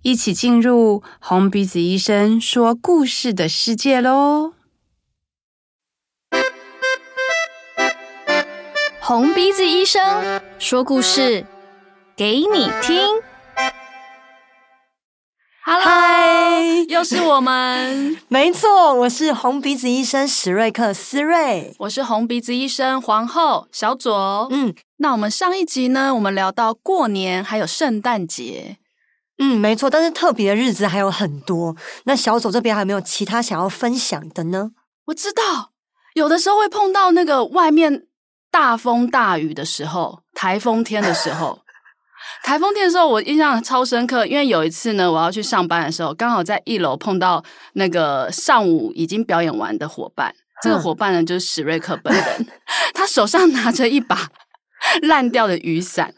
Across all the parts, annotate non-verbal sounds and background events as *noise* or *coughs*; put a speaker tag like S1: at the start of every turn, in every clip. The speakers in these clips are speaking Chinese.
S1: 一起进入红鼻子医生说故事的世界喽！
S2: 红鼻子医生说故事给你听。Hello，又是我们，
S3: 没错，我是红鼻子医生史瑞克斯瑞。
S2: 我是红鼻子医生皇后小左。
S3: 嗯
S2: 那我们上一集呢，我们聊到过年还有圣诞节，
S3: 嗯，没错，但是特别的日子还有很多。那小左这边还有没有其他想要分享的呢？
S2: 我知道有的时候会碰到那个外面大风大雨的时候，台风天的时候。台风天的时候，我印象超深刻，因为有一次呢，我要去上班的时候，刚好在一楼碰到那个上午已经表演完的伙伴。这个
S3: 哼
S2: 伙伴呢，就是史瑞克本人， *laughs* 他手上拿着一把烂掉的雨伞，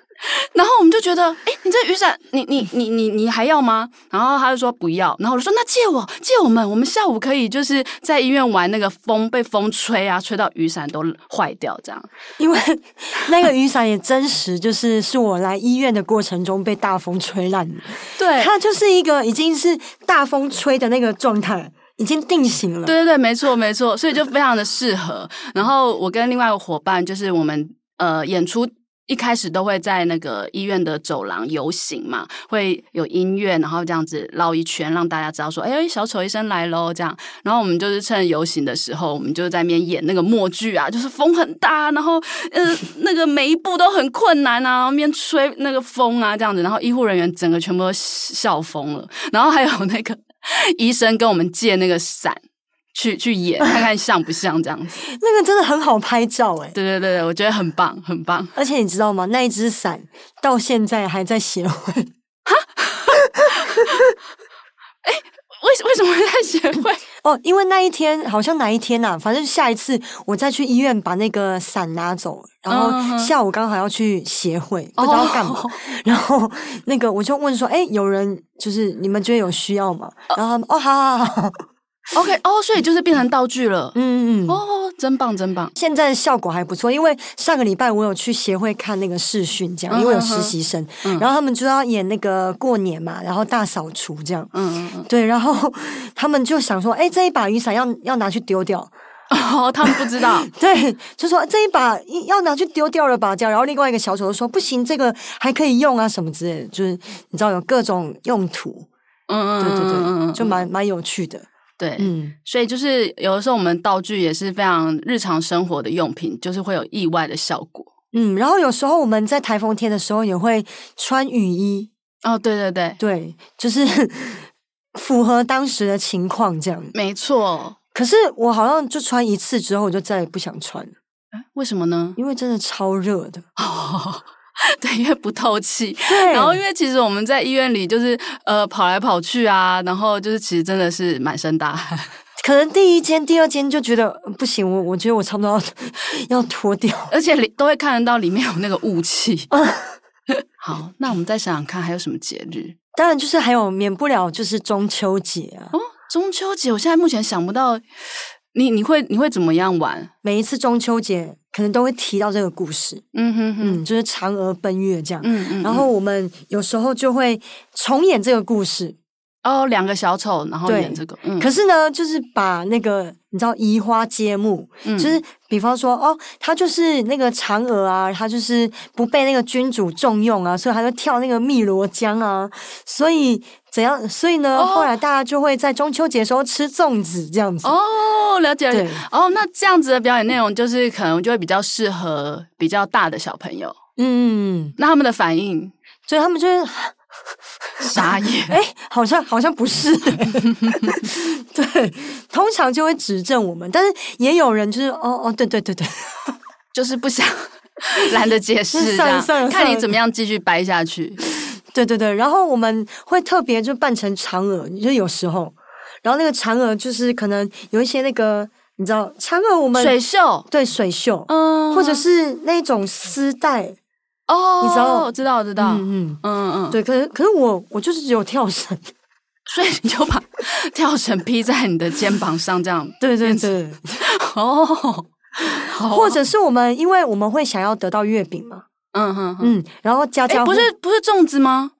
S2: 然后我们就觉得，哎、你这雨伞，你你你你你还要吗？然后他就说不要，然后我就说那借我借我们，我们下午可以就是在医院玩那个风被风吹啊，吹到雨伞都坏掉这样。
S3: 因为那个雨伞也真实，就是是我来医院的过程中被大风吹烂的。
S2: 对，
S3: 它就是一个已经是大风吹的那个状态，已经定型了。
S2: 对对对，没错没错，所以就非常的适合。然后我跟另外一个伙伴，就是我们呃演出。一开始都会在那个医院的走廊游行嘛，会有音乐，然后这样子绕一圈，让大家知道说，哎、小丑医生来喽这样。然后我们就是趁游行的时候，我们就在那边演那个默剧啊，就是风很大，然后呃那个每一步都很困难啊，然后那边吹那个风啊这样子，然后医护人员整个全部都笑疯了，然后还有那个 *laughs* 医生跟我们借那个伞，去去 *laughs* 演，看看像不像这样子。
S3: 那个真的很好拍照哎、
S2: 对对对，对我觉得很棒，很棒。
S3: 而且你知道吗？那一只伞到现在还在协会，
S2: 为为什么会在协会？
S3: 哦，因为那一天好像哪一天呐、啊，反正下一次我再去医院把那个伞拿走，然
S2: 嗯
S3: 后
S2: 哼
S3: 下午刚好要去协会，不知道干
S2: *laughs*
S3: 嘛，
S2: 哦
S3: 然后那个我就问说，哎、有人就是你们觉得有需要吗？然后他们哦，好好 *laughs* 好，
S2: ？OK，哦，所以就是变成道具了。
S3: 嗯嗯嗯。
S2: 哦，真棒，真棒。
S3: 现在效果还不错，因为上个礼拜我有去协会看那个视讯，这
S2: 嗯
S3: 样，因为有
S2: 哼哼
S3: 实习生，
S2: 嗯
S3: 然后他们就要演那个过年嘛，然后大扫除这样，
S2: 嗯，嗯
S3: 对，然后 *laughs* 他们就想说，哎、这一把雨伞要要拿去丢掉，
S2: 嗯 *laughs* 哦，他们不知道。
S3: *laughs* 对，就说这一把一要拿去丢掉了吧，这样。然后另外一个小丑就说不行，这个还可以用啊，什么之类的，就是你知道有各种用途，
S2: 嗯嗯
S3: 对对
S2: 嗯嗯嗯
S3: 对，
S2: 嗯，
S3: 就蛮蛮有趣的。
S2: 对。
S3: 嗯，
S2: 所以就是有的时候我们道具也是非常日常生活的用品，就是会有意外的效果。
S3: 嗯，然后有时候我们在台风天的时候也会穿雨衣，
S2: 哦，对对对，
S3: 对，就是 *laughs* 符合当时的情况这样。
S2: 没错。
S3: 可是我好像就穿一次之后，我就再也不想穿了，
S2: 为什么呢？ *laughs*
S3: 因为真的超热的。
S2: 对，因为不透气。
S3: 对，
S2: 然后，因为其实我们在医院里就是呃跑来跑去啊，然后就是其实真的是满身大汗。
S3: 可能第一间、第二间就觉得呃不行，我我觉得我差不多要 *laughs* 要脱掉。
S2: 而且里都会看得到里面有那个雾
S3: *laughs*
S2: 气。
S3: 嗯
S2: 好，那我们再想想看还有什么节日
S3: 当然，就是还有免不了就是中秋节啊。
S2: 哦？中秋节，我现在目前想不到，你你会你会怎么样玩？
S3: 每一次中秋节可能都会提到这个故事，
S2: 嗯哼哼，
S3: 嗯，就是嫦娥奔月这样。
S2: 嗯嗯。
S3: 然后我们有时候就会重演这个故事，
S2: 哦，两个小丑，然后
S3: 对
S2: 演这个，嗯，
S3: 可是呢，就是把那个你知道移花接木，
S2: 嗯
S3: 就是比方说哦，他就是那个嫦娥啊，他就是不被那个君主重用啊，所以他就跳那个汨罗江啊，所以怎样？所以呢，
S2: 哦
S3: 后来大家就会在中秋节的时候吃粽子这样子。
S2: 哦，了解了解
S3: 对。
S2: 哦，那这样子的表演内容就是可能就会比较适合比较大的小朋友，
S3: 嗯。
S2: 那他们的反应
S3: 所以他们就是，
S2: 傻
S3: *laughs*
S2: 眼。
S3: 哎、好像好像不是、 *laughs* 对，通常就会指正我们，但是也有人就是，哦哦，对对对对，
S2: 就是不想懒得解释，这
S3: 算了
S2: 样
S3: 算了
S2: 看
S3: 算
S2: 你
S3: 了
S2: 怎么样继续掰下去。
S3: 对对对，然后我们会特别就扮成嫦娥，就有时候，然后那个嫦娥就是可能有一些那个你知道嫦娥我们
S2: 水袖，
S3: 对水袖，
S2: 嗯，
S3: 或者是那种丝带，
S2: 哦，
S3: 你知道
S2: 知道，知道，嗯
S3: 嗯
S2: 嗯嗯，
S3: 嗯，对，可是可是我我就是只有跳绳， *laughs*
S2: 所以你就把跳绳披在你的肩膀上，这样
S3: 对对对，
S2: 哦，好啊
S3: 或者是我们因为我们会想要得到月饼嘛，
S2: 嗯嗯嗯，
S3: 嗯，然后家
S2: 哎、
S3: 家
S2: 不
S3: 户
S2: 是不是粽子吗？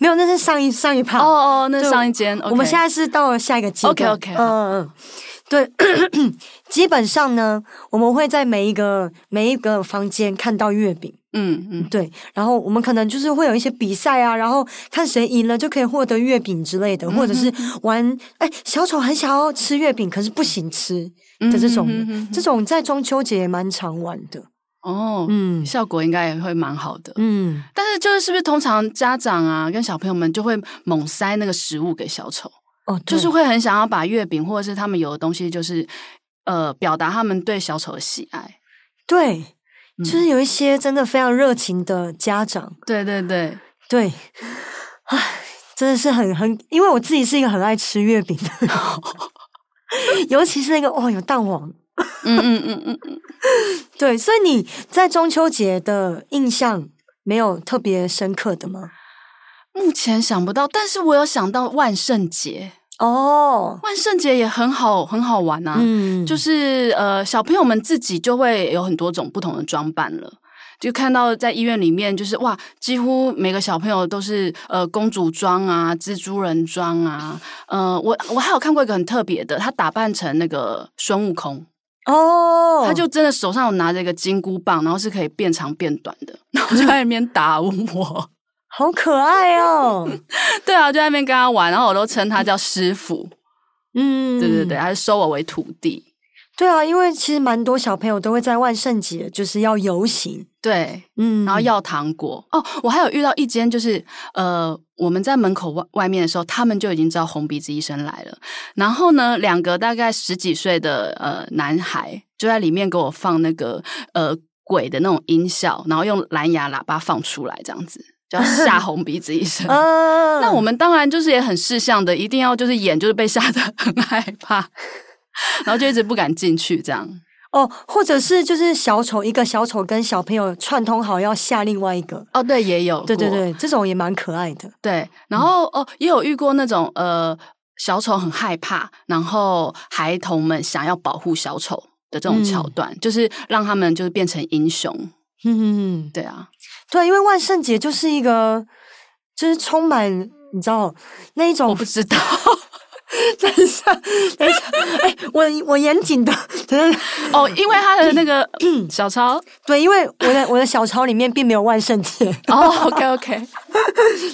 S3: 没有，那是上一上一趴，
S2: 哦哦，那
S3: 对
S2: 上一间
S3: 我们现在是到了下一个阶段。
S2: OK，OK，
S3: 嗯嗯嗯，对， *coughs* 基本上呢，我们会在每一个每一个房间看到月饼，
S2: 嗯嗯
S3: 对，然后我们可能就是会有一些比赛啊，然后看谁赢了就可以获得月饼之类的，
S2: 嗯
S3: 或者是玩，哎，小丑很想要吃月饼，可是不行吃
S2: 嗯
S3: 的这种的，
S2: 嗯嗯嗯嗯
S3: 这种在中秋节也蛮常玩的，
S2: 哦，
S3: 嗯
S2: 效果应该也会蛮好的。
S3: 嗯，
S2: 但是就是是不是通常家长啊跟小朋友们就会猛塞那个食物给小丑，
S3: 哦，
S2: 就
S3: 对
S2: 是会很想要把月饼或者是他们有的东西，就是呃表达他们对小丑的喜爱。
S3: 对，
S2: 嗯
S3: 就是有一些真的非常热情的家长。
S2: 对对对，
S3: 对，唉，真的是很很，因为我自己是一个很爱吃月饼的，
S2: *laughs*
S3: 尤其是那个哦有蛋黄，
S2: 嗯嗯嗯嗯嗯，
S3: 对，所以你在中秋节的印象没有特别深刻的吗？
S2: 目前想不到，但是我有想到万圣节，
S3: 哦，
S2: 万圣节也很好很好玩啊。
S3: 嗯，
S2: 就是是呃，小朋友们自己就会有很多种不同的装扮了。就看到在医院里面，就是哇，几乎每个小朋友都是呃公主装啊、蜘蛛人装啊，呃，我我还有看过一个很特别的，他打扮成那个孙悟空，
S3: 哦，
S2: 他就真的手上有拿着一个金箍棒，然后是可以变长变短的，然后就在那边打我， *laughs*
S3: 好可爱哦，
S2: 对啊，就在那边跟他玩，然后我都称他叫师傅，
S3: 嗯，
S2: 对对对，他就收我为徒弟，
S3: 对啊，因为其实蛮多小朋友都会在万圣节就是要游行，
S2: 对，
S3: 嗯，
S2: 然后要糖果哦，我还有遇到一间就是呃，我们在门口外外面的时候，他们就已经知道红鼻子医生来了。然后呢，两个大概十几岁的呃男孩就在里面给我放那个呃鬼的那种音效，然后用蓝牙喇叭放出来，这样子就要 *laughs* 吓红鼻子医生。*laughs*
S3: 啊，
S2: 那我们当然就是也很识相的，一定要就是演就是被吓得 *laughs* 很害怕，然后就一直不敢进去这样。
S3: 哦，或者是就是小丑一个小丑跟小朋友串通好要吓另外一个，
S2: 哦，对，也有，
S3: 对对。对，这种也蛮可爱的。
S2: 对，
S3: 嗯
S2: 然后、哦，也有遇过那种呃，小丑很害怕，然后孩童们想要保护小丑的这种桥
S3: 嗯
S2: 段，就是让他们就是变成英雄。
S3: 嗯，
S2: 对啊，
S3: 对，因为万圣节就是一个就是充满你知道那一
S2: 我
S3: 种
S2: 不，知道
S3: *laughs* 等一下，等一下，哎、我我严谨的，等一下，
S2: 哦，因为他的那个
S3: 嗯
S2: 小超
S3: 对，因为我的我的小抄里面并没有万圣节，
S2: 哦，OK
S3: *laughs*
S2: OK，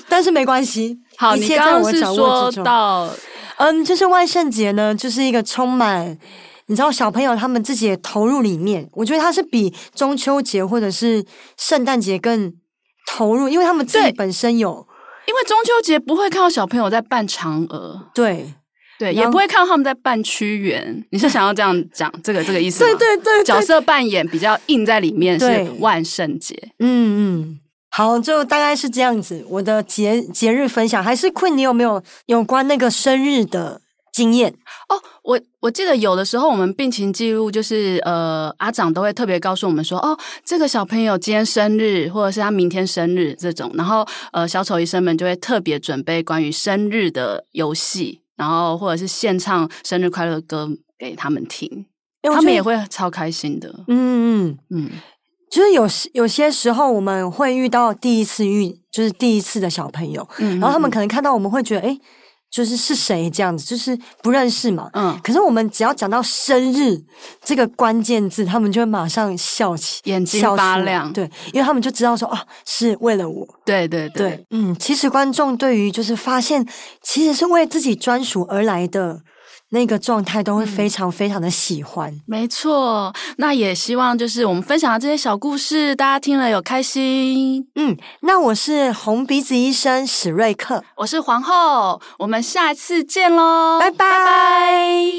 S3: 但是没关系，
S2: 好，
S3: 一
S2: 你
S3: 切
S2: 刚
S3: 在
S2: 刚
S3: 我
S2: 是
S3: 掌握
S2: 说
S3: 之中。
S2: 到
S3: 嗯，就是万圣节呢，就是一个充满你知道小朋友他们自己也投入里面，我觉得它是比中秋节或者是圣诞节更投入，因为他们自己
S2: 对
S3: 本身有
S2: 因为中秋节不会看到小朋友在扮嫦娥，
S3: 对
S2: 对，
S3: 然
S2: 也
S3: 后
S2: 不会看到他们在扮屈原。你是想要这样讲这个这个意思吗？
S3: *laughs* 对对对
S2: 角
S3: 对，
S2: 色扮演比较印在里面
S3: 对
S2: 是万圣节。
S3: 嗯嗯。好，就大概是这样子。我的节节日分享还是困，你有没有有关那个生日的经验？
S2: 哦，我我记得有的时候我们病情记录就是呃，阿长都会特别告诉我们说，哦，这个小朋友今天生日，或者是他明天生日这种，然后呃，小丑医生们就会特别准备关于生日的游戏，然后或者是献唱生日快乐歌给他们听，
S3: 因哎为我
S2: 他们
S3: 觉
S2: 也
S3: 得，
S2: 会超开心的。
S3: 嗯嗯，
S2: 嗯，
S3: 就是有时有些时候我们会遇到第一次遇，就是第一次的小朋友，
S2: 嗯
S3: *laughs* 然后他们
S2: 嗯
S3: 可能看到我们会觉得，哎，就是是谁这样子，就是不认识嘛。
S2: 嗯
S3: 可是我们只要讲到生日这个关键字，他们就会马上笑起，
S2: 眼睛
S3: 笑出
S2: 发
S3: 来
S2: 亮
S3: 对，因为他们就知道说啊，是为了我。
S2: 对对对
S3: 对，嗯，其实观众对于就是发现其实是为自己专属而来的那个状态，
S2: 嗯
S3: 都会非常非常的喜欢。
S2: 没错，那也希望就是我们分享的这些小故事，大家听了有开心。
S3: 嗯，那我是红鼻子医生史瑞克，
S2: 我是皇后，我们下一次见喽，
S3: 拜拜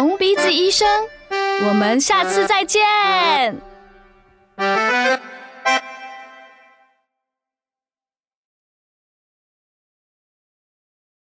S4: 红鼻子医生，我们下次再见。